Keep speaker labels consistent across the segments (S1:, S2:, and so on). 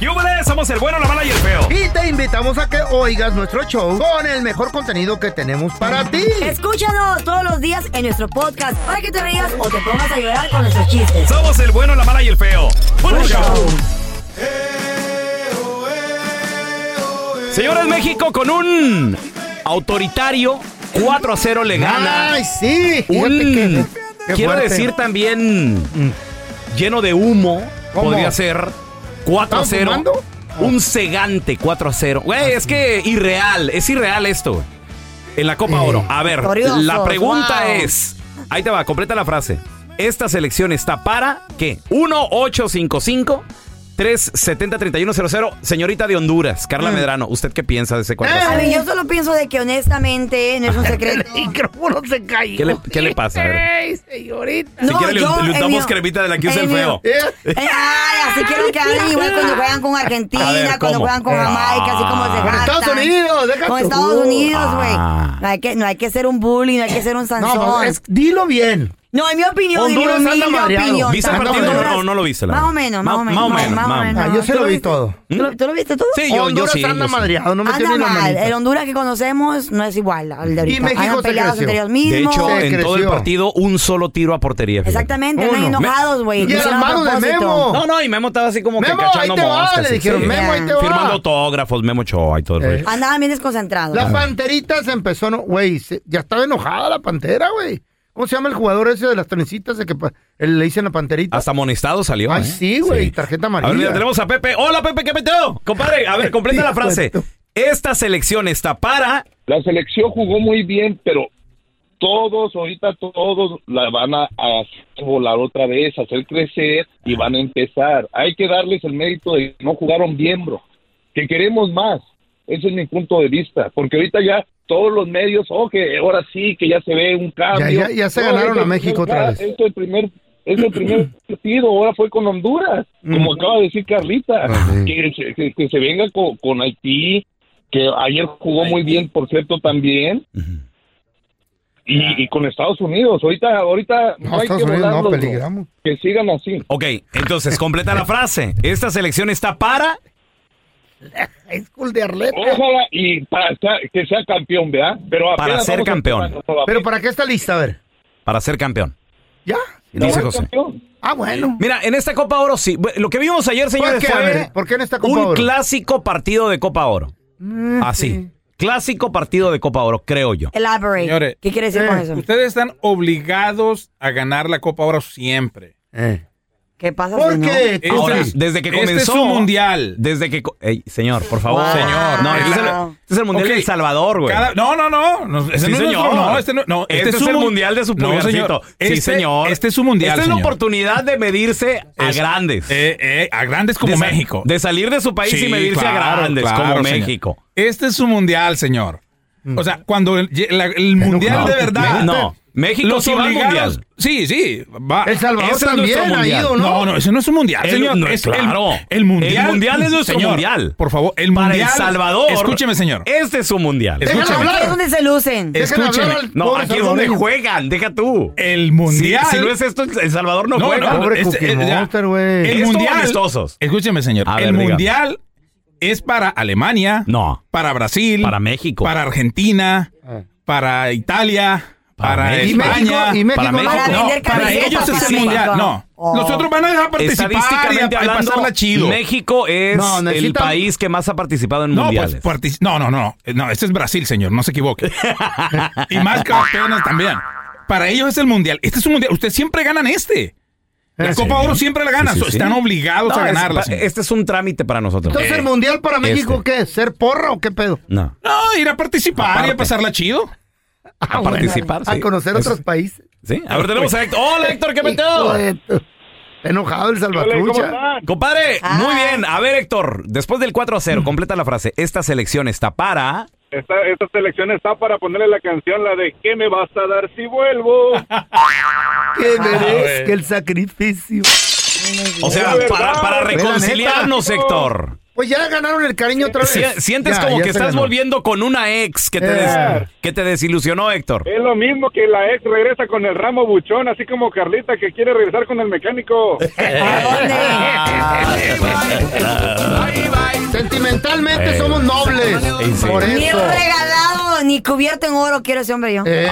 S1: ¡Yúbales! Somos el bueno, la mala y el feo.
S2: Y te invitamos a que oigas nuestro show con el mejor contenido que tenemos para ti.
S3: Escúchanos todos los días en nuestro podcast para que te rías o te pongas a llorar con nuestros chistes.
S1: Somos el bueno, la mala y el feo. ¡Puro show! Señores, México con un autoritario 4 a 0 le gana.
S2: ¡Ay, sí! Fíjate
S1: Un,
S2: que- qué
S1: quiero
S2: fuerte. Mm.
S1: decir también, lleno de humo,
S2: ¿Cómo?
S1: podría ser 4 a
S2: ¿Estaban
S1: 0.
S2: fumando? Ah,
S1: Un cegante 4 a 0. Güey, es que irreal, es irreal esto. En la
S2: Eh,
S1: Copa Oro. A ver,
S3: Gloriosos,
S1: la pregunta
S3: wow.
S1: es, ahí te va, completa la frase. Esta selección está para qué? 1855 370 3100. Señorita de Honduras, Carla
S2: Mm.
S1: Medrano, ¿usted qué piensa de ese 4 a
S3: A
S1: 0?
S3: ver, yo solo pienso de que honestamente no es un secreto.
S4: micrófono se cayó.
S1: ¿Qué le, qué le pasa? A ver. Eh.
S4: Ey, señorita.
S1: Si
S3: No,
S1: quiere, le,
S3: yo,
S1: le
S3: el
S1: untamos
S3: mío.
S1: cremita de la que usa el
S3: El
S1: feo.
S3: mío. Eh, Ay, así quiero que hagan igual cuando juegan con Argentina,
S1: A ver,
S3: cuando
S1: ¿cómo? Ah.
S3: juegan con Jamaica, así como se
S2: Con
S3: jactan.
S2: Estados Unidos, deja
S3: Con
S2: tú.
S3: Estados Unidos, güey.
S1: Ah.
S3: No, hay que, no hay que ser un bully, no hay que ser un
S2: No,
S3: Sansón.
S2: pues, es- dilo bien.
S3: No, en mi opinión, en mi
S2: Honduras anda
S3: humilde
S2: madreado.
S3: opinión.
S1: ¿Viste el
S3: tanto
S1: partido o
S3: Honduras-
S1: no, no lo viste? la
S3: Más o
S1: verdad?
S3: menos,
S1: Ma- ¿Mm?
S3: más o menos. más o menos.
S2: Ah, yo se
S3: ¿Tú
S2: lo vi
S3: viste?
S2: todo.
S3: ¿Tú lo, tú lo viste todo?
S1: Sí, yo, yo
S2: Honduras
S1: sí.
S2: anda
S1: yo sí.
S2: madreado, no me
S3: Anda
S2: tiene la
S3: mal.
S2: manita.
S3: Ah, El Honduras que conocemos no es igual al de ahorita.
S2: México
S3: Hayan
S2: se
S3: peleado
S2: creció.
S3: entre ellos
S1: De
S3: mismos.
S1: hecho,
S2: Se
S1: en todo el
S2: creció.
S1: partido, un solo tiro a portería. fíjate.
S3: Exactamente, andan
S2: Uno.
S3: enojados, güey.
S2: Y
S3: lo
S2: el
S3: hicieron a
S2: hermano de
S3: propósito.
S2: Memo.
S1: No, no, y Memo estaba así como que
S2: Memo, ahí
S1: cachando
S2: te va,
S1: moscas,
S2: le
S1: sí,
S2: dijeron,
S1: sí.
S2: Memo, ahí te va.
S1: Firmando autógrafos, Memo Choa y todo el
S2: Eh.
S1: rollo.
S3: Andaban bien desconcentrados.
S2: La panterita se empezó, no, güey, se- ya estaba enojada la pantera, güey. ¿Cómo se llama el jugador ese de las trencitas de que pa- el- le dicen la panterita?
S1: Hasta amonestado salió.
S2: Ay,
S1: ¿eh?
S2: sí, güey, tarjeta amarilla.
S1: A ver, mira, tenemos a Pepe. Hola, Pepe, ¿qué peteo? Compadre, a ver, completa la frase. Esta selección está para.
S5: La selección jugó muy bien, pero todos, ahorita todos la van a hacer volar otra vez, hacer crecer y van a empezar. Hay que darles el mérito de que no jugaron bien, bro. Que queremos más. Ese es mi punto de vista. Porque ahorita ya todos los medios, oh, que ahora sí, que ya se ve un cambio.
S2: Ya- ya- ya se ganaron a México otra vez.
S5: Es el primer, es el primer partido, ahora fue con Honduras, como acaba de decir Carlita.
S2: Ah, sí.
S5: que, se- que- que se venga con, con Haití, que ayer jugó muy bien, por cierto, también. Y, y con Estados Unidos, ahorita, ahorita
S2: No, Estados Unidos no,
S5: volarlos, bro.
S2: peligramos.
S5: que sigan así.
S1: Ok, entonces, completa la frase. Esta selección está para.
S2: Es cool de Arleta.
S5: Ojalá y para sea- que sea campeón, ¿verdad? Pero
S1: Para
S5: apenas
S1: ser
S5: vamos
S1: campeón.
S5: empezando,
S2: Pero ¿para qué está lista? A ver.
S1: Para ser campeón.
S2: ¿Ya?
S5: para
S1: Dice
S5: ser
S1: José.
S5: campeón.
S2: Ah, bueno.
S1: Mira, en esta Copa Oro sí. Bueno, Lo que vimos ayer, señores,
S2: qué? A
S1: fue
S2: ver, ¿por qué en esta Copa
S1: un
S2: Oro? Mm,
S1: clásico partido de Copa Oro. Así. Clásico partido de Copa Oro, creo yo.
S3: Elaborate.
S6: Señores,
S3: ¿Qué quiere decir
S2: eh,
S3: con eso?
S6: Ustedes están obligados a ganar la Copa Oro siempre.
S2: Eh.
S3: ¿Qué pasa
S2: ¿Por
S3: si no?
S2: qué?
S6: Este-
S1: Ahora,
S2: Cookies?
S1: desde que
S6: este
S1: comenzó.
S6: es su mundial.
S1: Desde que. co- Ey, señor, por favor.
S3: Wow.
S1: Señor. No, este es el,
S3: Claro.
S1: este es el mundial
S6: Ok.
S1: de El Salvador, güey.
S6: Cada- no, no, no. no, ese
S1: Sí,
S6: no es
S1: señor.
S6: nuestro, no, este no- no,
S1: Este es
S6: su
S1: el
S6: mun-
S1: mundial de su
S6: No,
S1: pulgarcito.
S6: Este-
S1: sí, señor.
S6: Este es su mundial.
S1: Esta es la
S6: señor.
S1: oportunidad de medirse a
S6: Es-
S1: grandes.
S6: Eh, eh, a grandes como
S1: de sa-
S6: México.
S1: De salir de su país
S6: Sí,
S1: y medirse a
S6: claro,
S1: grandes,
S6: claro,
S1: como
S6: señor.
S1: México.
S6: Este es su mundial, señor.
S2: Mm.
S6: O sea, cuando el, la- el mundial
S1: No,
S6: de verdad. Este,
S1: no. México
S6: los
S1: sí va al
S6: obligados.
S1: mundial.
S6: Sí, sí. va.
S2: El Salvador
S6: Ese es
S2: también
S6: nuestro
S2: ha
S6: mundial.
S2: ido, ¿no?
S6: No, no, ese no es un mundial,
S1: El-
S6: señor.
S1: no,
S6: es
S1: claro.
S6: El, el mundial.
S1: El mundial es nuestro
S6: Señor,
S1: mundial.
S6: Por favor, el mundial.
S1: Para El Salvador.
S6: Escúcheme, señor.
S1: Este es su mundial.
S6: Es-
S2: Déjalo
S6: escúchame.
S3: Aquí es
S2: hablar.
S3: donde se lucen.
S6: Es-
S2: Déjalo
S6: escúcheme.
S2: hablar al
S1: no,
S2: pobre
S1: aquí es donde
S2: salvadoreño.
S1: juegan, deja tú.
S6: El
S1: Si-
S6: mundial.
S1: Si, no es esto, El Salvador no,
S6: No,
S1: juega.
S6: no,
S2: Pobre
S6: Este-
S2: Cookie
S6: eh, ya.
S2: Monster, güey.
S6: el
S1: Estos
S6: mundial.
S1: amistosos.
S6: Escúcheme, señor.
S1: A ver,
S6: el
S1: dígame.
S6: mundial es para Alemania.
S1: No.
S6: Para Brasil.
S1: Para México.
S6: Para Argentina.
S2: Ah.
S6: Para Italia. Para,
S1: México.
S6: España.
S1: ¿Y México? ¿Y Para México? México.
S6: No,
S1: vender
S6: para
S1: camisetas
S6: ellos es
S1: para
S6: el mundial.
S1: México.
S6: No.
S1: Oh.
S6: Los otros van a participar y, a,
S1: Estadísticamente
S6: y
S1: hablando,
S6: pasarla chido.
S1: México es
S6: No,
S1: el
S6: necesitan-
S1: país que más ha participado en
S6: No, pues,
S1: mundiales.
S6: partic- no, no, no. No, este es Brasil, señor. No se equivoque. y más campeones también. Para ellos es el mundial. Este es un mundial. Ustedes siempre ganan este. La
S1: Ah, Sí.
S6: Copa Oro siempre la ganan.
S1: Sí, sí,
S6: So- Están
S1: sí.
S6: obligados
S1: No,
S6: a
S1: es-
S6: ganarla.
S1: pa- este es un trámite para nosotros.
S2: Entonces, ¿el mundial
S1: Eh,
S2: para México
S1: este.
S2: qué es? ¿Ser porra o qué pedo?
S1: No.
S6: No, ir a participar y a pasarla chido.
S2: A
S1: participar,
S2: Ah, A
S1: sí.
S2: conocer
S1: Es-
S2: otros países.
S1: Sí, a ver, tenemos a Héctor. ¡Hola, Héctor! ¿Qué
S2: Hijo
S1: metió?
S2: de tu- Enojado el Salvatrucha.
S1: Compadre, muy bien. A ver, Héctor, después del 4 a
S2: Mm.
S1: 0, completa la frase. Esta selección está para.
S7: Esta, esta selección está para ponerle la canción, la de ¿Qué me vas a dar si vuelvo?
S2: Que
S7: Ah,
S2: merezca
S7: güey.
S2: el sacrificio.
S1: O sea,
S7: La
S1: para,
S7: verdad.
S1: para
S2: Es la neta.
S1: reconciliarnos, Héctor.
S2: Pues ya ganaron el cariño otra vez.
S1: Si- sientes
S2: Ya,
S1: como
S2: ya
S1: que
S2: se
S1: estás
S2: ganó.
S1: volviendo con una ex que te,
S2: Eh.
S1: des- que te desilusionó, Héctor.
S7: Es lo mismo que la ex regresa con el ramo buchón, así como Carlita que quiere regresar con el mecánico.
S2: Ah, Sentimentalmente
S1: Eh.
S2: somos nobles.
S1: Y sí.
S2: Por
S3: Ni
S2: eso.
S3: regalado, ni cubierto en oro quiero ese hombre yo.
S2: ¿Eh?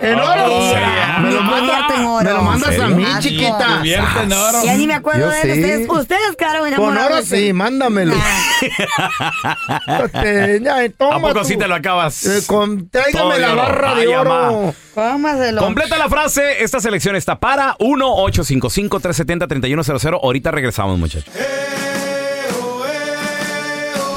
S2: ¿En oro?
S3: Mira,
S2: Me
S3: ni
S2: lo
S3: cubierto en
S2: mandas,
S3: oro.
S2: me lo mandas a mí,
S3: Asco.
S2: chiquita.
S3: Ya ni me acuerdo
S2: Yo
S3: de él.
S2: sí.
S3: Ustedes, ustedes quedaron
S2: Con
S3: enamorados.
S2: oro sí, mándamelo. Este, ya, eh,
S1: ¿A
S2: toma
S1: poco
S2: tú.
S1: sí te lo acabas?
S2: Eh, con-
S1: Todo
S2: tráigame
S1: de
S2: la
S1: oro.
S2: barra
S1: Ay,
S2: de
S1: mamá.
S2: oro.
S3: Cómaselo.
S1: Completa la frase. Esta selección está para 1-855-370-3100. Ahorita regresamos, muchachos.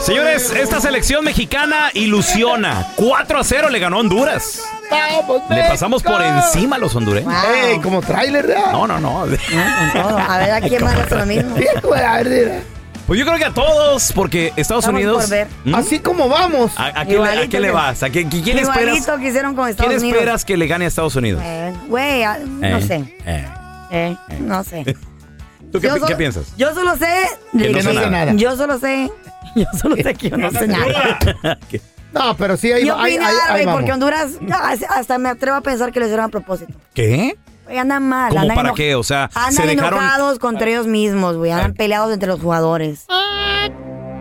S1: Señores, esta selección mexicana ilusiona. 4 a 0 le ganó a Honduras.
S2: Vamos,
S1: Le
S2: México.
S1: pasamos por encima a los hondureños.
S3: Wow.
S2: Ey, como tráiler, ¿verdad?
S1: Ah. No, no, no.
S3: Con todo. A ver, ¿a quién más hace lo mismo?
S2: Sí, güey, a ver, mira.
S1: Pues yo creo que a todos, porque Estados
S3: Vamos
S1: Unidos.
S3: por ver.
S1: ¿Mm? Ah,
S2: Así como vamos.
S1: ¿A, a quién, le- a
S3: Igualito
S1: quién le
S3: que-
S1: vas? ¿A quién, quién
S3: Igualito
S1: esperas?
S3: que hicieron con
S1: ¿Quién
S3: Estados Unidos.
S1: esperas que le gane a Estados Unidos?
S3: Eh, Güey, ah, no
S1: Eh,
S3: sé.
S1: eh.
S3: Eh, no sé.
S1: ¿Tú qué,
S3: Yo
S1: pi-
S3: solo-
S1: qué piensas?
S3: Yo solo sé.
S1: Que no sé
S3: sé
S1: nada.
S3: Yo solo sé. Yo solo sé que yo no sé nada.
S2: No, pero sí, ahí,
S3: Yo
S2: va- ahí,
S3: opinar,
S2: ahí, ahí
S3: güey,
S2: vamos.
S3: porque Honduras ah, hasta me atrevo a pensar que lo hicieron a propósito.
S1: ¿Qué?
S3: Güey, andan mal.
S1: ¿Cómo
S3: andan
S1: para
S3: eno-
S1: qué? O sea, se
S3: Andan
S1: dejaron. Ah.
S3: enojados contra ellos mismos, güey. Andan peleados entre los jugadores.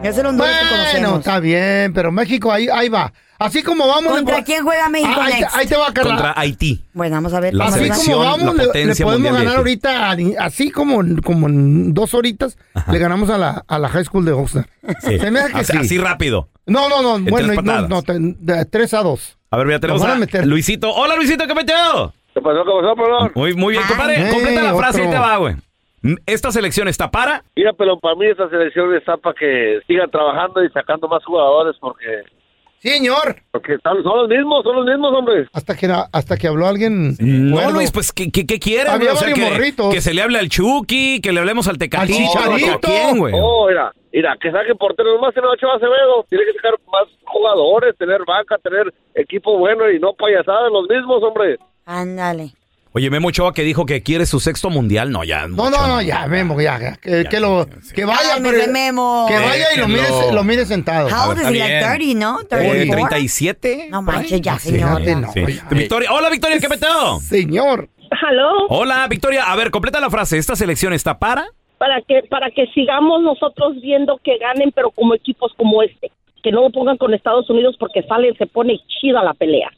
S3: Es el Honduras que
S2: Bueno,
S3: conocemos.
S2: está bien, pero México ahí, ahí va. Así como vamos.
S3: ¿Contra
S2: le po-
S3: quién juega México
S2: Ah, ahí, te-
S3: next?
S2: ahí te va a cargar.
S1: Contra Haití.
S3: Bueno, vamos a ver.
S1: La
S3: vamos a
S2: Así
S3: ver.
S1: selección.
S2: como vamos,
S1: la
S2: le- le,
S1: potencia
S2: podemos
S1: mundial de
S2: ganar ahorita, así como, en- como en dos horitas, le ganamos a la, a la high school de Oxnard.
S1: Sí.
S2: Se me hace que
S1: Así,
S2: sí.
S1: así rápido.
S2: No, no, no, bueno,
S1: tres
S2: y no,
S1: patadas.
S2: no, te- de 3 a 2.
S1: A ver, mira, tenemos
S2: Lo van
S1: a,
S2: a meter.
S1: Luisito. Hola, Luisito, ¿qué metido?
S7: ¿Qué pasó? ¿Qué pasó, perdón?
S1: Muy, muy bien, compadre.
S2: Ay,
S1: completa la
S2: Ah, otro.
S1: frase, ahí te va, güey. Mm, Esta selección está para.
S7: Mira, pero para mí esta selección está para que siga trabajando y sacando más jugadores porque,
S2: Señor,
S7: porque están- son los mismos, son los mismos, hombres.
S2: hasta que, hasta que habló alguien.
S1: No,
S2: cuerdo.
S1: Luis, pues, ¿qué, qué, qué quieres?
S2: Había
S1: güey? O sea,
S2: varios
S1: que,
S2: morritos.
S1: que se le hable al Chucky, que le hablemos al Tecatito.
S2: Chicharito.
S1: ¿A quién, güey?
S7: Oh, mira, mira, que saque portero más que no Ochoa Acevedo. Tiene que sacar más jugadores, tener banca, tener equipo bueno y no payasadas, los mismos, hombre.
S3: Ándale.
S1: Oye, Memo Ochoa que dijo que quiere su sexto mundial. No, ya.
S2: No,
S1: mucho,
S2: no, no, ya, Memo, ya, ya, que, que lo, que vaya,
S3: Ay, me
S2: pero,
S3: Memo.
S2: que vaya y lo mire,
S6: Déjenlo.
S2: lo mire sentado.
S3: How old is
S6: está
S3: he? Like
S6: bien.
S3: 30, ¿no?
S1: Eh,
S3: 34?
S1: 37.
S3: No manches, ya, señor.
S2: Fíjate, no,
S1: Sí.
S2: ya.
S1: Victoria, hola Victoria, ¿qué metido?
S2: Señor,
S8: Aló,
S1: Hola Victoria, a ver, completa la frase. Esta selección está para.
S8: para que para que sigamos nosotros viendo que ganen, pero como equipos como este, que no lo pongan con Estados Unidos porque sale se pone chida la pelea.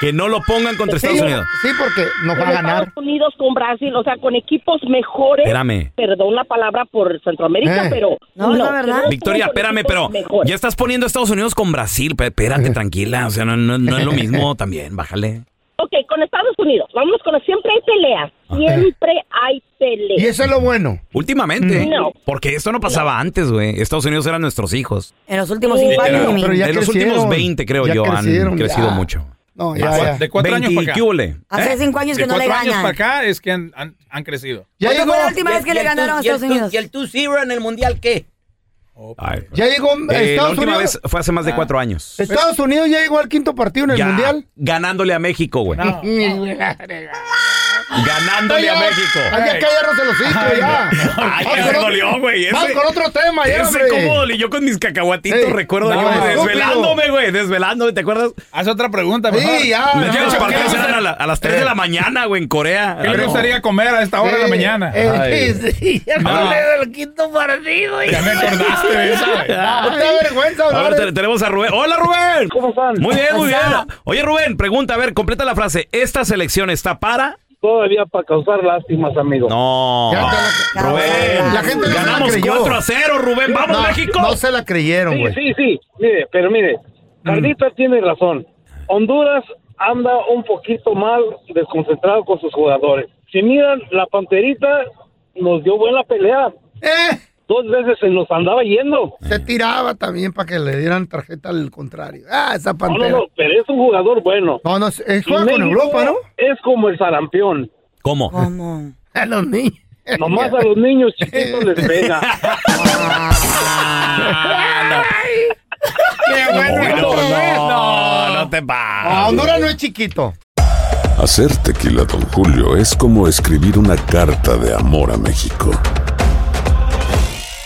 S1: Que no lo pongan contra
S2: sí,
S1: Estados Unidos.
S2: sí, porque nos va
S8: Con
S2: a ganar.
S8: Estados Unidos con Brasil, o sea, con equipos mejores.
S1: Espérame.
S8: Perdón la palabra por Centroamérica,
S2: Eh.
S8: pero
S3: No, es la verdad.
S8: que no
S1: Victoria,
S8: pongan con
S1: espérame, pero
S8: equipos mejores.
S1: ya estás poniendo a Estados Unidos con Brasil. pe- Espérate, tranquila. O sea, no, no- no es lo mismo también. Bájale.
S8: Ok, con Estados Unidos. Vámonos con siempre hay peleas,
S1: Ah.
S8: siempre hay
S2: Y
S8: peleas.
S2: eso es lo bueno.
S1: Últimamente.
S8: No.
S1: Porque esto no pasaba antes, güey. Estados Unidos eran nuestros hijos.
S3: En los últimos cinco
S2: Pero-
S3: años.
S2: pero ya
S1: en los
S2: crecieron,
S1: últimos 20, creo
S2: ya
S1: yo,
S2: crecieron,
S1: han crecido
S2: ya.
S1: mucho.
S2: No, ya, ya.
S6: De cuatro
S1: 20
S6: años para
S1: ¿Qué
S6: acá.
S1: hule?
S3: Hace cinco años
S6: De
S3: que no le
S6: ¿Eh? cuatro años
S3: ganan.
S6: para acá es que han, han- han crecido.
S2: Ya
S3: ¿Cuándo
S2: llegó,
S3: fue la última vez que le ganaron a Estados Unidos?
S9: Y el 2-0 en el mundial, ¿qué?
S1: Ay, güey.
S2: ya llegó
S1: Eh, la
S2: Estados
S1: última
S2: Unidos.
S1: vez fue hace más de cuatro años.
S2: Estados Unidos ya llegó al quinto partido en el
S1: Ya,
S2: Mundial.
S1: Ganándole a México, güey.
S2: Ni-
S1: Ganándole a
S2: Ay, ya,
S1: México.
S2: ay, ya cállanos el hocico,
S1: Ay,
S2: ya.
S1: no.
S2: Vamos
S1: Ay, ya
S2: con
S1: me
S2: otro-
S1: dolió, güey.
S2: Vamos
S1: Ese-
S2: con otro tema, ya,
S1: Ese
S2: hombre.
S1: cómo dolió. Yo con mis cacahuatitos
S2: Sí.
S1: recuerdo
S2: No,
S1: yo
S2: estúpido.
S1: desvelándome, güey. Desvelándome, ¿te acuerdas?
S6: Haz otra pregunta,
S2: Sí, ya.
S1: Los
S2: no.
S1: partidos eran a, la- a las 3 de la mañana, güey, en Corea.
S6: ¿Qué
S1: Ah,
S6: le
S1: no.
S6: gustaría comer a esta hora de la
S1: Sí,
S6: mañana?
S1: eh,
S6: Ay.
S4: Sí, ya me
S1: No.
S4: hablé del quinto partido.
S6: Ya me acordaste de esa, güey.
S2: No te da vergüenza,
S1: A ver,
S2: brother.
S1: te- tenemos a Rubén. ¡Hola, Rubén!
S10: ¿Cómo están?
S1: Muy bien, muy bien.
S10: Hola.
S1: Oye, Rubén, pregunta, a ver, completa la frase. ¿Esta selección está para?
S10: Todavía para causar lástimas, amigo.
S1: No. Rubén,
S2: La gente no se la
S1: ganamos
S2: creyó.
S1: 4 a 0, Rubén. ¡Vamos,
S2: No,
S1: México!
S2: No se la creyeron,
S10: Sí,
S2: güey. Mm.
S10: sí, sí. Mire, pero mire, Carlita tiene razón. Honduras anda un poquito mal desconcentrado con sus jugadores. Si miran, la panterita nos dio buena pelea. Dos veces se nos andaba yendo.
S2: Eh, Se tiraba también para que le dieran tarjeta al contrario. Ah, esa
S10: No,
S2: pantera.
S10: no, no, pero es un jugador bueno.
S2: No, no, es- es- juega
S10: Y
S2: con
S10: México
S2: Europa, ¿no?
S10: Es como el sarampión.
S1: ¿Cómo?
S2: A los niños.
S10: Nomás a los niños chiquitos les pega.
S2: Qué
S1: bueno,
S2: no,
S1: no te pases.
S2: Honduras no es chiquito.
S11: Hacer tequila, Don Julio, es como escribir una carta de amor a México.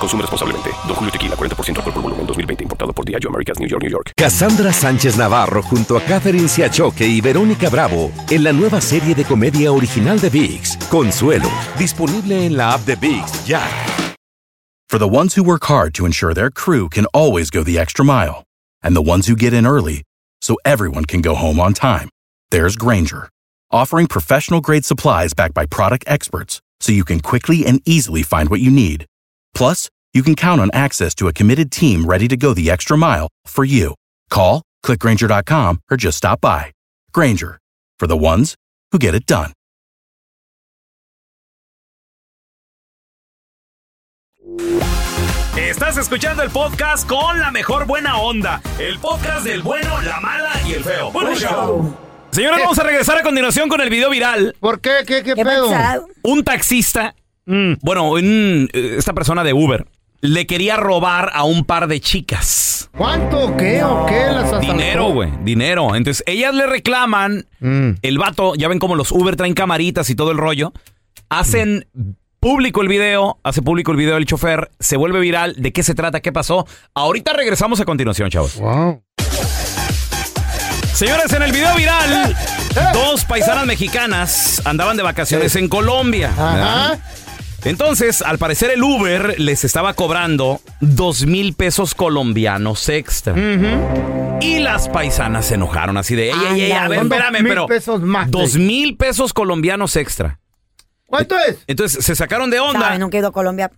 S12: Consume responsablemente. Don Julio Tequila, 40% alcohol por volumen, 2020. Importado por Diageo Americas, New York, New York.
S13: Cassandra Sánchez Navarro junto a Catherine Siachoque y Verónica Bravo en la nueva serie de comedia original de VIX, Consuelo, disponible en la app de VIX ya.
S14: For the ones who work hard to ensure their crew can always go the extra mile, and the ones who get in early so everyone can go home on time, there's Granger, offering professional grade supplies backed by product experts so you can quickly and easily find what you need. Plus, you can count on access to a committed team ready to go the extra mile for you. Call, clickgranger.com, or just stop by. Granger, for the ones who get it done.
S1: Estás escuchando el podcast con la mejor buena onda. El podcast del bueno, la mala y el feo. Bueno, show. Señores, vamos a regresar a continuación con el video viral.
S2: ¿Por qué? ¿Qué, qué, pedo?
S1: Un taxista, bueno, un, eh, esta persona de Uber, le quería robar a un par de chicas.
S2: ¿Cuánto o qué o qué las asaltó?
S1: Dinero, güey, dinero. Entonces, ellas le reclaman, el vato, ya ven como los Uber traen camaritas y todo el rollo, hacen público el video, hace público el video del chofer, se vuelve viral, ¿de qué se trata? ¿Qué pasó? Ahorita regresamos a continuación, chavos. Señores, en el video viral, dos paisanas mexicanas andaban de vacaciones en Colombia. ¿verdad? Entonces, al parecer el Uber les estaba cobrando dos mil pesos colombianos extra. Y las paisanas se enojaron así de, ey, ey, ey, a ver,
S2: Son dos
S1: espérame,
S2: mil
S1: pero
S2: pesos más.
S1: dos mil pesos colombianos extra.
S2: ¿Cuánto es?
S1: Entonces, se sacaron de onda.
S3: ¿Sabes? Nunca he ido a Colombia.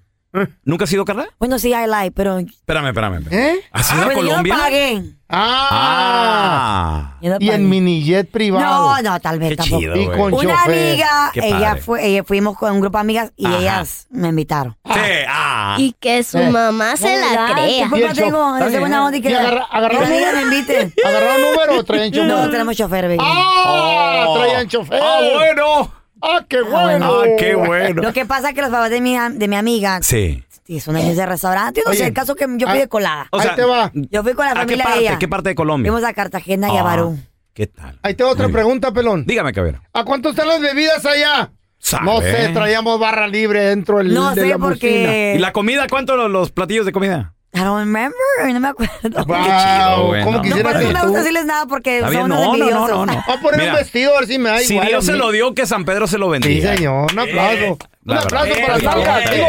S1: ¿Nunca has ido, Carla?
S3: Bueno, sí, I like, pero.
S1: Espérame, espérame. espérame.
S2: ¿Eh?
S1: ¿Has
S3: Ah,
S1: ido a
S3: pero
S1: Colombia?
S3: Yo no pagué.
S1: Ah.
S3: Yo no
S2: Y en
S3: pagué.
S2: minijet privado.
S3: No, no, tal vez
S2: Qué
S3: tampoco.
S2: chido, Y güey. con
S3: Una
S2: chofer.
S3: amiga,
S2: Qué
S3: ella
S2: padre.
S3: fue, ella- fuimos con un grupo de amigas y
S2: Ajá.
S3: ellas me invitaron.
S1: ah.
S15: Y que su
S3: Eh.
S15: mamá se la
S3: ¿verdad?
S15: crea.
S3: ¿Qué por qué no tengo esa buena onda y que
S2: ¿Y
S3: la-
S2: agarra-
S3: que
S2: agarraron
S3: la amiga
S2: Uber?
S3: me invite?
S2: ¿Agarraron Uber o traían chofer?
S3: No, tenemos chofer, baby.
S2: ¡Ah! Traían chofer.
S3: Ah,
S1: Oh. bueno!
S2: ¡Ah, qué bueno!
S3: Lo que pasa es que los papás de mi, de mi amiga
S1: Sí.
S3: sí, son dueños de restaurante. Yo no
S1: Oye, ah,
S3: sé, el caso que yo fui de colada.
S1: o Ahí sea, te va.
S3: Yo fui con la
S1: ¿A qué
S3: familia
S1: parte?
S3: de ella.
S1: ¿Qué parte de Colombia?
S3: Fuimos a Cartagena y
S1: Ah,
S3: a Barú.
S1: ¿Qué tal?
S2: Ahí te va otra pregunta, pelón.
S1: Dígame, cabrón.
S2: ¿A cuánto están las bebidas allá?
S1: Sabe.
S2: No sé, traíamos barra libre dentro del,
S3: No
S2: de
S3: sé,
S2: la
S3: porque-
S2: bocina.
S1: ¿Y la comida? ¿Cuánto los, los platillos de comida?
S3: I don't remember, no me acuerdo.
S2: Wow,
S1: chido, güey,
S2: ¿Cómo
S1: no,
S2: quisiera que
S1: está bien.
S3: No me gusta decirles nada porque
S1: Está
S3: son
S1: bien,
S3: unos
S1: no, no, no,
S3: envidiosos.
S1: no, no.
S2: Voy a poner
S1: Mira,
S2: un vestido a ver si me da
S1: Si
S2: igual.
S1: Dios
S2: a
S1: se
S2: mí.
S1: lo dio, que San Pedro se lo
S2: Sí,
S1: bendiga.
S2: señor. Un aplauso. un aplauso para las algas, digo.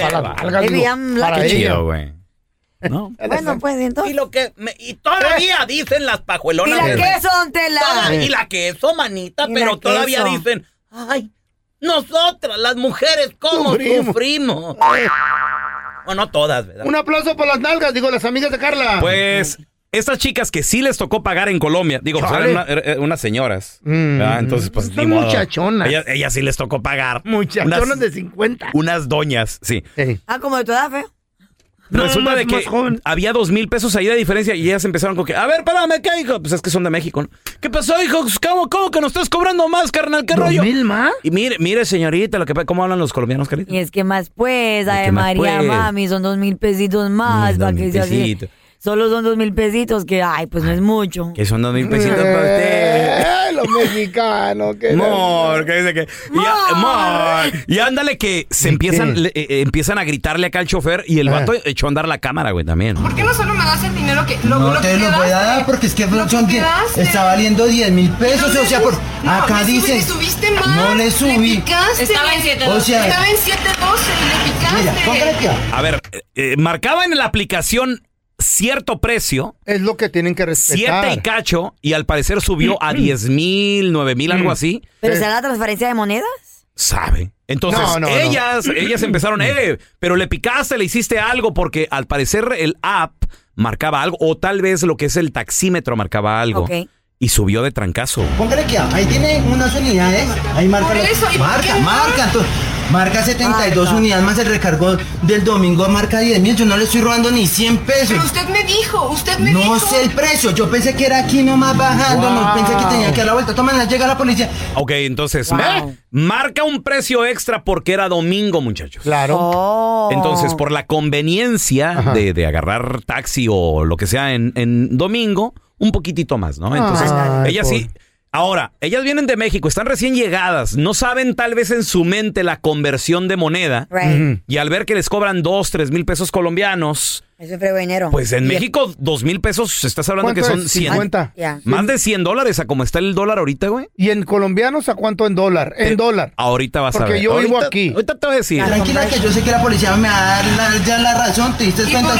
S2: Para las algas,
S3: Baby,
S2: digo.
S3: I'm lucky.
S2: Para
S1: Qué
S2: ella.
S1: chido, güey.
S3: Bueno, pues entonces.
S9: Y lo que me- y todavía dicen las
S3: Y
S9: pajuelonas.
S3: la
S9: güey.
S3: queso, don Tela.
S9: Toda- y la queso, manita,
S3: Y
S9: pero
S3: la
S9: todavía
S3: queso.
S9: dicen, ay, nosotras las mujeres cómo
S2: Sufrimos.
S9: sufrimos. Bueno, no todas, ¿verdad?
S2: Un aplauso para las nalgas, digo, las amigas de Carla.
S1: Pues estas chicas que sí les tocó pagar en Colombia, digo, pues,
S2: Chale. Mm,
S1: eran, una- er- er- unas señoras. ¿verdad? Entonces, pues
S2: Son
S1: ni modo.
S2: muchachonas.
S1: Ellas, ellas sí les tocó pagar.
S2: Muchachonas Eh.
S1: Unas-
S2: de 50.
S1: Unas doñas, sí.
S3: Ah, como de tu edad, feo.
S2: No,
S1: Resulta
S2: más-
S1: de que
S2: más joven.
S1: había dos mil pesos ahí de diferencia y ellas empezaron con que, a ver, espérame, ¿qué, hijo? Pues es que son de México, ¿no? ¿Qué pasó, hijo? Pues, ¿Cómo, cómo que nos estás cobrando más, carnal? ¿Qué rollo?
S2: mil más?
S1: Y mire, mire, señorita, lo que, pa- ¿cómo hablan los colombianos, carita?
S3: Y es que más pues, ay
S1: que más,
S3: María,
S1: pues.
S3: mami, son dos mil pesitos más, para que sea así.
S1: Pesito.
S3: Solo son dos mil pesitos, que ay, pues no es mucho.
S1: Que son dos mil pesitos para usted.
S2: Eh, los mexicanos, que
S1: Mor, que dice que. Y, a- mor. Y ándale que se empiezan, le- eh, eh, empiezan a gritarle acá al chofer y el
S2: Ah.
S1: vato echó a andar la cámara, güey, también.
S15: ¿Por qué no solo me das el dinero que lo,
S16: No
S15: lo
S16: te
S15: que
S16: lo
S15: me
S16: voy a
S15: das?
S16: dar porque es que son
S15: que
S16: diez-
S15: das,
S16: está valiendo 10 mil pesos.
S15: Entonces,
S16: O sea, por,
S15: no,
S16: acá
S15: le subí-
S16: dicen.
S15: le subiste más,
S16: No le
S15: le
S16: subí.
S15: picaste.
S16: Estaba en 7.12.
S15: O sea, estaba en 712 y le picaste.
S16: Mira, cómprate.
S1: A ver, eh, eh, marcaba en la aplicación cierto precio,
S2: Es lo que tienen que respetar.
S1: siete y cacho, y al parecer subió
S3: Mm-hmm.
S1: a diez mil, nueve mil,
S3: Mm.
S1: algo así.
S3: ¿Pero será la transferencia de monedas?
S1: Sabe. Entonces,
S3: No, Mm-hmm. no, no.
S1: ellas, ellas empezaron, eh, pero le picaste, le hiciste algo, porque al parecer el app marcaba algo, o tal vez lo que es el taxímetro marcaba algo.
S16: Ok.
S1: Y subió de trancazo.
S16: Póngale que ahí tiene unas unidades. Ahí marca.
S15: Por
S16: la-
S15: eso, ¿y por
S16: marca,
S15: qué no?
S16: marca. entonces, marca 72 unidades más el recargo del domingo. Marca 10 mil. Yo no le estoy robando ni 100 pesos.
S15: Pero usted me dijo, usted me dijo.
S16: No sé el precio. Yo pensé que era aquí nomás bajando. No
S1: Wow.
S16: pensé que tenía que dar la vuelta. Tómala, llega la policía.
S1: Ok, entonces,
S16: Wow.
S1: ¿eh? marca un precio extra porque era domingo, muchachos.
S2: Claro.
S3: Oh.
S16: Oh.
S1: Entonces, por la conveniencia de, de agarrar taxi o lo que sea en, en domingo, un poquitito más, ¿no? Entonces,
S2: Ay,
S1: ellas pues, sí. Ahora, ellas vienen de México, están recién llegadas, no saben tal vez en su mente la conversión de moneda.
S3: Right.
S1: Y al ver que les cobran dos, tres mil pesos colombianos,
S3: Eso es frego de dinero.
S1: pues eh, en
S3: Y-
S1: México dos mil pesos, estás hablando que
S2: ¿Cuánto
S1: son
S2: es?
S1: 100.
S2: 50.
S3: Ya.
S1: Más de 100 dólares a como está el dólar ahorita, güey.
S2: ¿Y en colombianos a cuánto en dólar? En dólar.
S1: Ahorita vas a
S2: Porque
S1: ver.
S2: yo vivo
S1: Ahorita-
S2: aquí.
S1: Ahorita te voy a decir.
S16: Tranquila que yo sé que la policía me va a dar la- ya la razón, ¿te diste cuenta?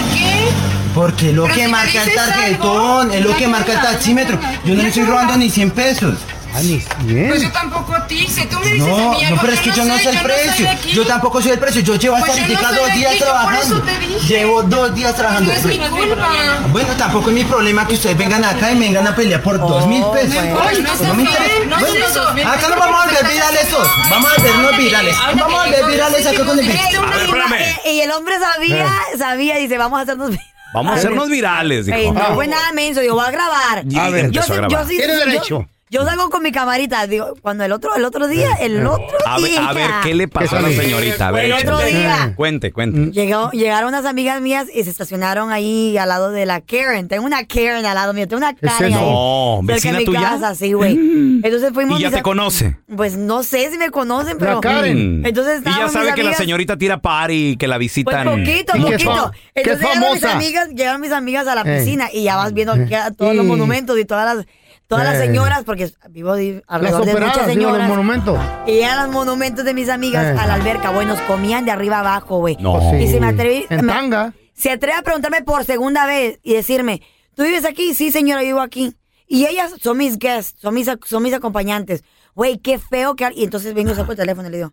S16: Porque lo
S15: Pero
S16: que
S15: si me
S16: marca el
S15: dices
S16: tarjetón,
S15: algo,
S16: es lo que
S15: ya
S16: marca el
S15: queda, ya
S16: taxímetro.
S15: queda,
S16: Yo no
S15: ya
S16: le estoy
S15: queda.
S16: robando ni 100 pesos.
S2: Ah, ni 100.
S15: Pues yo tampoco a ti, si tú me dices a
S16: No,
S15: mí
S16: no,
S15: algo,
S16: pero es que yo no
S15: soy-
S16: sé el
S15: no soy
S16: precio.
S15: de aquí.
S16: Yo tampoco soy el precio. Yo llevo hasta
S15: Pues yo no
S16: ahorita
S15: soy
S16: dos
S15: de
S16: días
S15: aquí, yo por
S16: trabajando.
S15: eso te dije. Pues
S16: Llevo dos días trabajando.
S15: No es mi culpa.
S16: Bueno, tampoco es mi problema que ustedes vengan acá y me vengan a pelear por dos mil pesos.
S15: bueno.
S16: Ay,
S15: No seas
S16: no me interesa.
S15: bien, no
S16: Bueno,
S15: seas eso.
S16: Acá nos vamos a volver virales todos. Vamos a volvernos virales. Vamos a volver virales acá
S3: pues.
S16: con el
S1: A ver, espérame.
S3: eh,
S1: Eh.
S3: Y el hombre sabía, sabía, dice, vamos a hacernos...
S1: Vamos a hacernos virales, dijo.
S3: Ey, no fue nada menso, yo voy a grabar.
S1: Y A ver.
S3: yo,
S1: empezó a
S3: sé-
S1: grabar.
S3: yo sí-
S1: Tiene
S3: yo-
S1: derecho.
S3: Yo salgo con mi camarita, digo, cuando el otro, el otro día, el otro
S1: Eh. A ver,
S3: día.
S1: a ver, ¿qué le Eh. pasó a la señorita? A ver,
S3: El otro
S1: échale.
S3: día.
S1: Cuente,
S2: Mm.
S1: cuente.
S3: Llegó- llegaron unas amigas mías y se estacionaron ahí al lado de la Karen. Tengo una Karen al lado mío, tengo una Karen ahí. cerca
S1: No,
S3: de
S1: Oh, vecina
S3: mi
S1: tuya.
S3: casa, sí, güey. Entonces fuimos
S1: Y ya
S3: mis
S1: te
S3: am-
S1: conoce.
S3: Pues no sé si me conocen, pero.
S1: Karen.
S3: Entonces
S1: Y ya
S3: estábamos
S1: sabe
S3: mis
S1: que la
S3: amigas-
S1: señorita tira party, que la
S3: Pues
S1: visitan.
S3: poquito,
S1: Y que
S3: poquito.
S1: fa- que
S3: Entonces llegaron mis,
S1: famosa.
S3: amigas, llegaron mis amigas a la
S1: Eh.
S3: piscina y ya vas viendo que a todos los
S2: Sí.
S3: monumentos y todas las, todas las
S2: Eh.
S3: señoras, porque vivo di-
S2: Las
S3: alrededor de muchas
S2: operadas, digo, los
S3: señoras.
S2: monumentos.
S3: Y eran los monumentos de mis amigas
S2: Eh.
S3: a la alberca, güey, nos comían de arriba abajo, güey.
S2: No. Pues sí.
S3: Y se me atreví.
S2: En
S3: me-
S2: tanga.
S3: se atreve a preguntarme por segunda vez y decirme, ¿tú vives aquí? Sí, señora, vivo aquí. Y ellas son mis guests, son mis, son mis acompañantes. Güey, qué feo que... al- Y entonces vengo, saco el teléfono y le digo,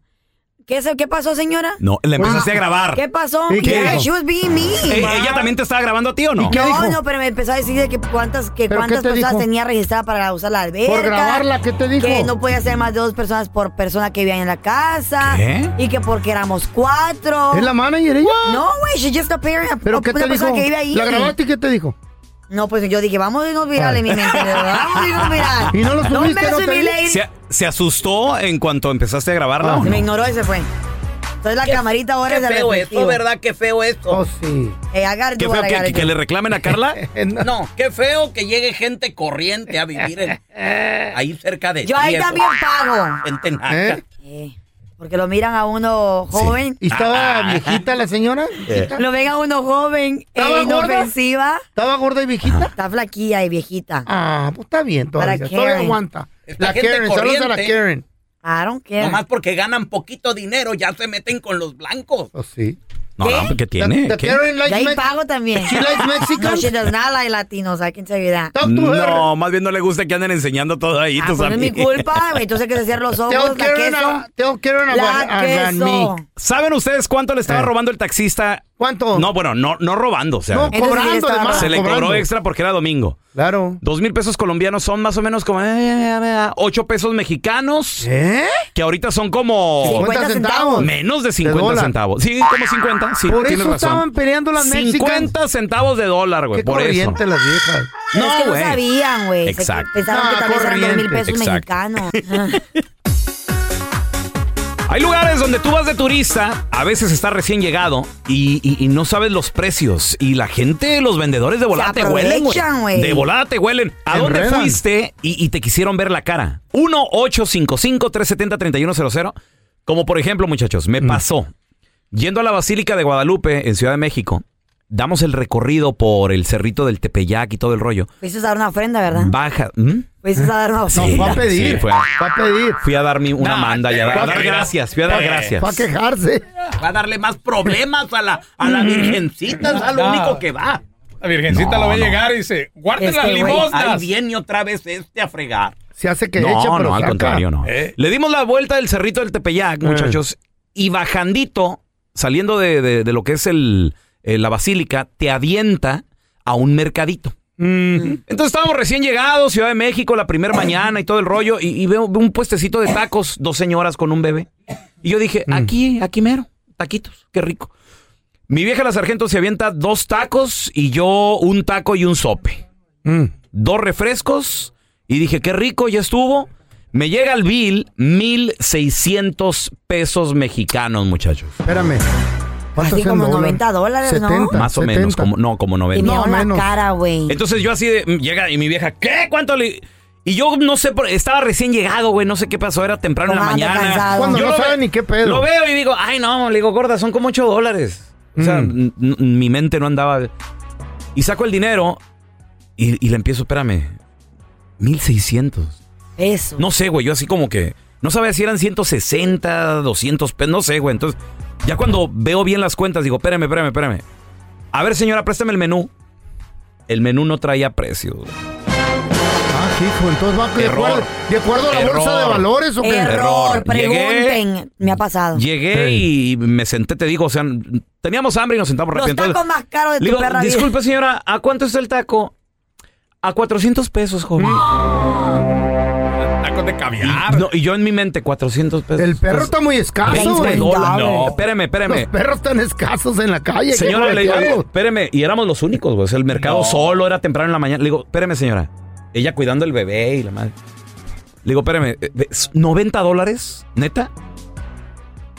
S3: ¿qué, es- ¿qué pasó, señora?
S1: No,
S2: Pues
S1: la empezaste a grabar.
S3: ¿Qué pasó?
S1: ¿Y qué
S3: Yeah,
S1: dijo?
S3: she was being me.
S1: Eh, ¿Ella también te estaba grabando a ti o no?
S3: No, no, pero me empezó a decir de que cuántas, que
S1: ¿Pero qué
S3: cuántas
S1: te
S3: personas
S1: dijo?
S3: tenía registrada para usar la alberca.
S2: grabarla, ¿qué te dijo?
S3: Que no podía ser más de dos personas por persona que vivían en la casa.
S2: ¿Qué?
S3: Y que porque éramos cuatro.
S2: ¿Es la manager ella?
S3: No, güey, she's just a parent.
S2: ¿Pero qué
S3: una
S2: te
S3: persona
S2: dijo?
S3: que vive ahí.
S2: ¿La grabaste y qué te dijo?
S3: No, pues yo dije, vamos a irnos virales, mi
S2: Ay.
S3: mente. Vamos a irnos virales.
S2: ¿Y no lo
S3: me
S2: subiste, no te
S3: subí,
S2: vi?
S3: lady.
S1: ¿Se, se asustó en cuanto empezaste a
S3: Se
S1: grabarla o ah, no?
S3: Ah, me ignoró y se fue. Entonces la camarita ahora
S9: Qué
S3: es de
S9: feo esto, ¿verdad? Qué feo esto.
S2: Oh, sí.
S3: Eh, I gotta
S1: ¿Qué
S3: do
S1: feo
S3: what I
S1: que,
S3: gotta
S1: que- que
S3: do.
S1: le reclamen a Carla?
S9: No, qué feo que llegue gente corriente a vivir en- ahí cerca de
S3: Yo ahí
S9: ti, eso.
S3: también pago. Eh,
S9: Gente naca.
S3: Porque lo miran a uno joven.
S2: ¿Eh? ¿Y estaba viejita la señora?
S3: Lo ven a uno joven
S2: ¿Estaba
S3: e inofensiva.
S2: ¿Estaba gorda y viejita?
S3: Está flaquilla y viejita.
S2: Ah, pues está bien
S3: Para
S2: todavía. Todavía
S3: Karen.
S2: aguanta.
S9: Esta
S2: La
S9: gente
S2: Karen, saludos a la
S9: corriente.
S2: Karen.
S3: I don't care.
S9: Nomás porque ganan poquito dinero, ya se meten con los blancos.
S2: Oh, sí.
S1: No, ¿Qué? no, ¿qué tiene?
S2: The- the
S1: ¿Qué?
S2: Karen likes
S3: Yo ahí
S2: Mex-
S3: pago también.
S2: She likes Mexicans?
S3: No, she does not like Latinos. I can tell you that.
S1: No, más bien no le gusta que anden enseñando todo ahí,
S3: Ah,
S1: tus
S3: pues no es mi
S1: amigos.
S3: culpa, güey. Entonces que se cierren los ojos.
S2: Tell
S3: la
S2: Karen
S3: queso.
S2: a- tell Karen
S3: La
S2: about- about
S3: queso.
S2: me.
S1: ¿Saben ustedes cuánto le estaba robando el taxista
S2: ¿Cuánto?
S1: No, bueno, no, no robando, o sea.
S2: No, Entonces, cobrando, sí le estaba además,
S1: Se le cobró
S2: cobrando.
S1: extra porque era domingo.
S2: Claro.
S1: Dos mil pesos colombianos son más o menos como eh, eh, eh, ocho pesos mexicanos.
S2: ¿Eh?
S1: Que ahorita son como
S2: 50 centavos.
S1: Menos de
S2: De
S1: 50
S2: dólar.
S1: centavos. Sí, como 50. Sí,
S2: Por
S1: tienes
S2: eso
S1: razón.
S2: estaban peleando las
S1: 50 centavos de dólar, güey.
S2: Qué
S1: Por eso.
S2: corriente las viejas.
S3: No, es que
S1: güey.
S3: no sabían, güey. Se-
S1: Exacto.
S3: Pensaban que
S1: Ah,
S3: tal vez eran dos mil pesos
S1: corriente.
S3: mexicanos.
S1: Hay lugares donde tú vas de turista, a veces estás recién llegado y, y- y no sabes los precios. Y la gente, los vendedores de volada te huelen. güey.
S3: aprovechan, güey.
S1: De volada te huelen. ¿A
S3: Se
S1: dónde
S3: enredan.
S1: fuiste y, y te quisieron ver la cara? 1-855-370-3100. Como por ejemplo, muchachos, me pasó. Yendo a la Basílica de Guadalupe en Ciudad de México, damos el recorrido por el cerrito del Tepeyac y todo el rollo.
S3: Fuiste a Pues dar una ofrenda, ¿verdad?
S1: Baja. ¿Mm?
S3: Fuiste a dar una
S1: Sí,
S3: ofrenda.
S1: sí, fue
S2: a pedir.
S1: Fui a dar mi- una manda y a, dar- a dar gracias. Fui a dar gracias.
S2: Para quejarse.
S9: Va a darle más problemas a la, a la virgencita, es a lo
S6: No.
S9: único que va.
S6: La virgencita
S1: No,
S6: la va a
S1: no.
S6: llegar y dice, guarden las
S9: Este güey,
S6: limosnas.
S9: Ahí viene otra vez este a fregar.
S2: Se hace que
S1: no,
S2: echa, pero
S1: no, al
S2: saca. Eh.
S1: contrario, no. Le dimos la vuelta del cerrito del Tepeyac, muchachos, y bajandito, saliendo de, de- de lo que es el, eh, la basílica, te avienta a un mercadito.
S2: Mm.
S1: Entonces estábamos recién llegados, Ciudad de México, la primera mañana y todo el rollo, y, y veo, veo un puestecito de tacos, dos señoras con un bebé. Y yo dije,
S2: Mm.
S1: aquí, aquí mero, taquitos, qué rico. Mi vieja la sargento se avienta dos tacos y yo un taco y un sope. Dos refrescos y dije, qué rico, ya estuvo. Me llega el bill, 1,600 pesos mexicanos, muchachos.
S2: Espérame.
S3: Así como
S2: dólares?
S3: 90 dólares, ¿no?
S1: Más o menos, como, pues no, Eh, como
S3: Y
S1: 90.
S3: me dio la cara, güey.
S1: Entonces yo así de, mm, llega y mi vieja, ¿qué? ¿Cuánto le...? Y yo no sé, por- estaba recién llegado, güey, no sé qué pasó, era temprano en la
S2: Tomando,
S1: mañana.
S2: cansado. Cuando
S1: Yo
S2: no
S1: lo
S2: sabe
S1: ve-
S2: ni qué pedo.
S1: Lo veo y digo, ay no, le digo, gorda, son como 8 dólares. O sea, n- n- mi mente no andaba. Y saco el dinero y, y le empiezo, espérame, 1600.
S3: Eso.
S1: No sé, güey, yo así como que, no sabía si eran 160, 200 pesos, no sé, güey. Entonces, ya cuando veo bien las cuentas, digo, espérame, espérame, espérame. A ver, señora, préstame el menú. El menú no traía precio. güey.
S2: Ah, hijo, entonces va de
S1: Error.
S2: acuerdo, de acuerdo a la
S1: Error.
S2: bolsa de valores o qué?
S1: Error.
S3: Error, pregunten. Me ha pasado.
S1: Llegué y me senté, te digo, o sea, teníamos hambre y nos sentamos
S3: Los
S1: rápido.
S3: tacos
S1: Entonces,
S3: más caros de
S1: le
S3: tu
S1: digo,
S3: perra vida.
S1: disculpe señora, ¿a cuánto está el taco? A 400 pesos, joven.
S3: Mm.
S1: Tacos de caviar. Y, no, y yo en mi mente, 400 pesos. El
S2: perro está muy escaso, güey.
S1: No, espérame, espérame.
S2: Los perros están escasos en la calle. ¿qué
S1: Señora, le digo,
S2: correteados?
S1: espéreme, y éramos los únicos, güey. O sea, el mercado solo era temprano en la mañana. Le digo, espéreme, señora. Ella cuidando el bebé y la madre. Le digo, espéreme, eh, ¿es ¿90 dólares? ¿Neta?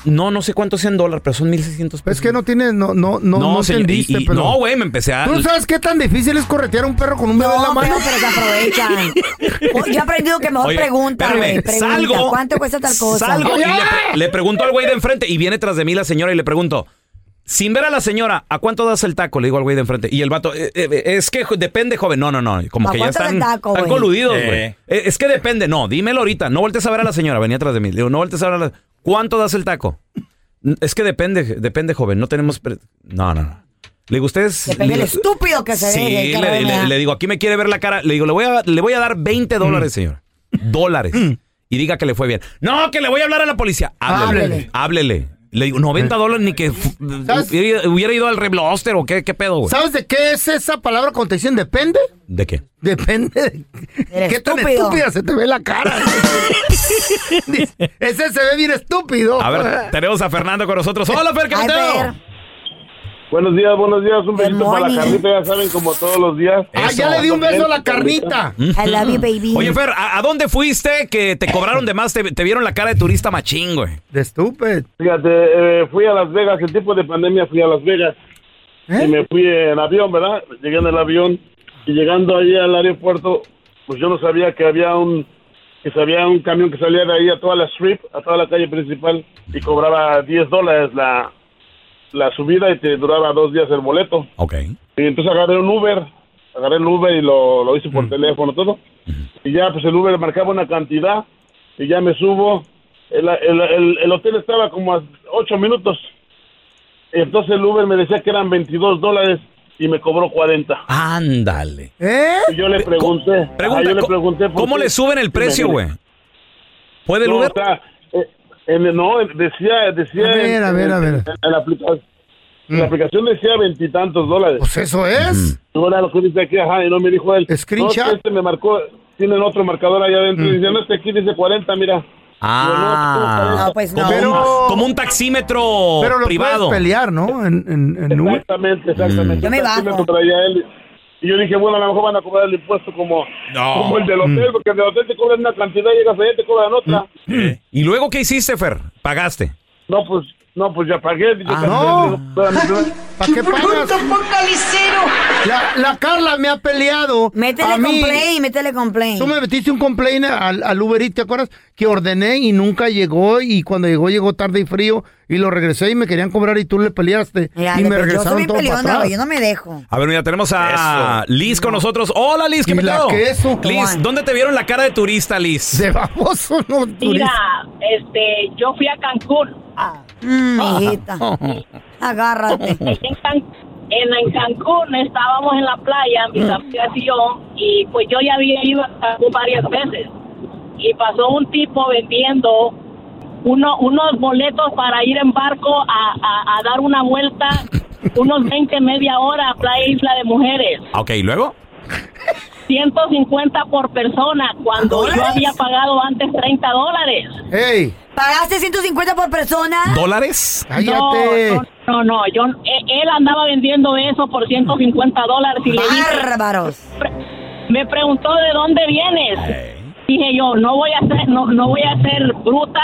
S1: No, no sé cuánto sean dólares, pero son 1.600 pesos.
S2: Es que no tienes, no, no, no, no,
S1: señor, y-
S2: entendiste,
S1: y-
S2: pero.
S1: No, güey, me empecé a.
S2: ¿Tú no sabes qué tan difícil es corretear a un perro con un bebé en la
S3: No,
S2: mano?
S3: pero, pero se aprovechan. O- Yo he aprendido que mejor
S1: Oye,
S3: pregunta,
S1: espérame,
S3: güey. Pregunta,
S1: salgo,
S3: ¿cuánto cuesta tal cosa?
S1: Salgo y le, pre- le pregunto al güey de enfrente y viene tras de mí la señora y le pregunto, sin ver a la señora, ¿a cuánto das el taco? Le digo al güey de enfrente. Y el vato, "Eh, eh, es que jo- depende, joven. No, no, no. Como
S3: ¿A
S1: que ya
S3: cuánto da el
S1: están,
S3: taco,
S1: están
S3: güey?
S1: coludidos, güey.
S6: Eh.
S1: "Eh, Es que depende. No, dímelo ahorita. No voltees a ver a la señora. Venía tras de mí. Le digo, no voltees a ver a la... ¿Cuánto das el taco? "N- Es que depende, depende, joven. No tenemos... pre- No, no, no. Le digo, ustedes...
S3: Depende
S1: le
S3: del
S1: digo,
S3: estúpido que se
S1: Sí,
S3: deje,
S1: le,
S3: que la
S1: le-
S3: verdad.
S1: le digo, aquí me quiere ver la cara. Le digo, le voy a, le voy a dar 20
S7: Mm.
S1: dólares, señor. Dólares. Y diga que le fue bien. No, que le voy a hablar a la policía. Háblele. Háblele. Le digo, 90
S7: Mm.
S1: dólares ni que fu- hubiera, hubiera ido al rebloster o qué, qué pedo, güey.
S2: ¿Sabes de qué es esa palabra cuando te dicen depende?
S1: ¿De qué?
S2: Depende de qué tan
S3: estúpido.
S2: estúpida se te ve la cara. Ese se ve bien estúpido.
S1: A ver, tenemos a Fernando con nosotros. Hola, Fer, ¿qué
S2: Ay,
S1: meteo?
S7: Buenos días, buenos días. Un besito para la carnita, ya saben, como todos los días.
S2: Ah, ya le di un beso a la carnita.
S3: I love you, baby.
S1: Oye, Fer, ¿a, a dónde fuiste que te cobraron de más? Te, te vieron la cara de turista machín, güey.
S2: De estúpido.
S7: Fíjate, eh, fui a Las Vegas, el tiempo de pandemia fui a Las Vegas.
S2: ¿Eh?
S7: Y me fui en avión, ¿verdad? Llegué en el avión y llegando ahí al aeropuerto, pues yo no sabía que había un que había un camión que salía de ahí a toda la strip, a toda la calle principal y cobraba 10 dólares la, la subida y te duraba dos días el boleto.
S1: Ok.
S7: Y entonces agarré un Uber, agarré el Uber y lo, lo hice por
S1: Mm.
S7: teléfono todo. Y ya pues el Uber marcaba una cantidad y ya me subo. El, el- el- el hotel estaba como a 8 minutos. Y entonces el Uber me decía que eran 22 dólares y me cobró 40.
S1: Ándale.
S7: Y yo le pregunté. ajá,
S1: Pregunta,
S7: Ah, yo le
S1: ¿cómo-
S7: pregunté por
S1: ¿Cómo
S7: qué.
S1: le suben
S7: Y
S1: el
S7: me
S1: precio,
S7: dijo,
S1: güey? ¿Puede el
S7: no,
S1: Uber?
S7: o sea, eh, en- no, decía, decía
S2: A ver,
S7: en,
S2: a ver, Mm. a
S7: en-
S2: ver.
S7: en la aplicación. La aplicación decía veintitantos dólares. Pues
S2: eso es.
S7: Ahora lo que dice aquí, ajá, y no me dijo él.
S2: Screenshot.
S7: No, este me marcó, tienen otro marcador allá adentro. Y dice, no, este aquí dice 40, mira.
S1: Ah,
S3: No, pues
S1: como,
S2: no. Pero-
S1: un, como un taxímetro
S2: Pero lo
S1: privado.
S2: puedes pelear, ¿no? En, en, en Uber.
S7: Exactamente, exactamente.
S2: Mm. Yo me
S7: Entonces,
S2: bajo.
S7: me contraía él. Y yo dije, bueno, a lo mejor van a cobrar el impuesto como,
S1: No.
S7: como el del hotel, porque el del hotel te cobran una cantidad, llegas allá y te cobran otra.
S1: Mm. Eh, ¿Y luego qué hiciste, Fer? ¿Pagaste?
S7: No, pues, no, pues ya pagué. dije,
S1: Ah,
S7: "Cancel". Digo,
S2: ¿Para qué pagas? La, la Carla me ha peleado.
S3: Métele
S2: a mí.
S3: complaint, métele complaint.
S2: Tú me metiste un complaint al, al Uber Eats, ¿te acuerdas? Que ordené y nunca llegó y cuando llegó llegó tarde y frío y lo regresé y me querían cobrar y tú le peleaste
S3: Mira,
S2: y
S3: le- pues,
S2: me
S3: yo soy
S2: regresaron
S3: bien
S2: todo para
S3: peleona,
S2: atrás.
S3: güey, Yo no me dejo.
S1: A ver, mira, tenemos a Liz con nosotros. Hola, Liz, ¿qué
S2: Y la
S1: pedo?
S2: queso.
S1: Liz, ¿dónde te vieron la cara de turista, Liz?
S2: De baboso, no
S8: Mira, este, yo fui a Cancún.
S3: Mm, hijita. Agárrate.
S8: En, Can- en- en Cancún estábamos en la playa, mis
S15: Mm.
S8: amigas y yo, y pues yo ya había ido a Cancún varias veces. Y pasó un tipo vendiendo uno, unos boletos para ir en barco a, a- a dar una vuelta, unos 20, media hora a Playa Isla de Mujeres.
S1: Ah, Ok, ¿y luego?
S8: 150 por persona, cuando yo
S3: ¿Dólares?
S8: había pagado antes 30 dólares.
S2: ¡Ey!
S3: ¿Pagaste 150 por
S9: Ah.
S3: persona?
S1: ¿Dólares?
S8: No, no, no, no, yo, e- él andaba vendiendo eso por 150 dólares y le dije,
S3: Bárbaros.
S8: me preguntó de dónde vienes. Dije yo, no voy a ser, no, no voy a ser bruta,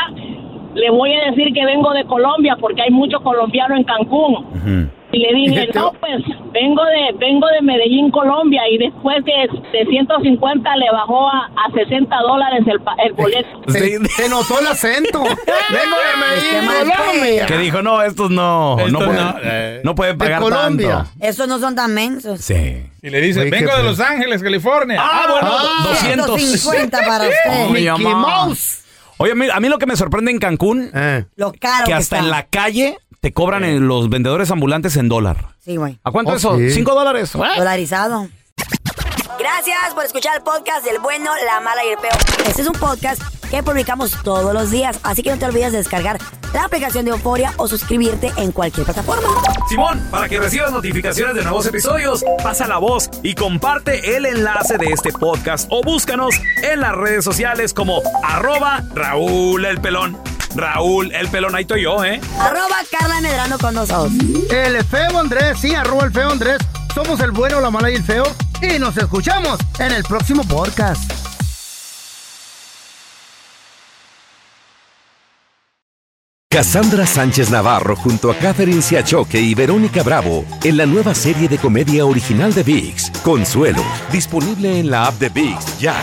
S8: le voy a decir que vengo de Colombia porque hay mucho colombiano en Cancún. Y le dije, no, pues vengo de vengo de Medellín, Colombia, y después de, de 150 le bajó a, a 60 dólares el, pa- el boleto.
S2: Se, se notó el acento. Vengo de Medellín, Colombia.
S1: Que dijo, no, estos no, no, pueden, no, pueden pagar tanto.
S3: Esos no son tan mensos.
S1: Sí.
S6: Y le dice,
S1: Oye, qué
S6: vengo de
S1: feo.
S6: Los Ángeles, California.
S1: Ah, bueno,
S6: Ah,
S1: 200.
S3: 150 para usted.
S1: Oye,
S3: Mickey
S1: mamá.
S3: Mouse.
S1: Oye, a mí, a mí lo que me sorprende en Cancún,
S2: Ah, Eh.
S3: Lo caro
S1: que
S3: que
S1: hasta en
S3: está.
S1: la calle te cobran en los vendedores ambulantes en dólar.
S3: Sí, güey.
S1: ¿A
S2: Oh,
S1: cuánto eso? ¿Cinco dólares? ¿What?
S3: Dolarizado. Gracias por escuchar el podcast del bueno, la mala y el peo. Este es un podcast que publicamos todos los días, así que no te olvides de descargar la aplicación de Euforia o suscribirte en cualquier plataforma.
S1: Simón, para que recibas notificaciones de nuevos episodios, pasa la voz y comparte el enlace de este podcast o búscanos en las redes sociales como arroba Raúl el Pelón. Raúl el Pelón, ahí estoy yo, ¿eh?
S3: Arroba Carla Medrano con nosotros.
S2: El feo Andrés, sí, arroba el feo Andrés. Somos el bueno, la mala y el feo. Y nos escuchamos en el próximo podcast.
S13: Cassandra Sánchez Navarro junto a Catherine Siachoque y Verónica Bravo en la nueva serie de comedia original de VIX, Consuelo, disponible en la app de VIX ya.